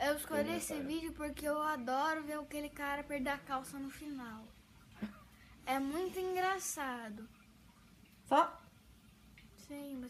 eu escolhi esse vídeo porque eu adoro ver aquele cara perder a calça no final. É muito engraçado. Só? Sim, mas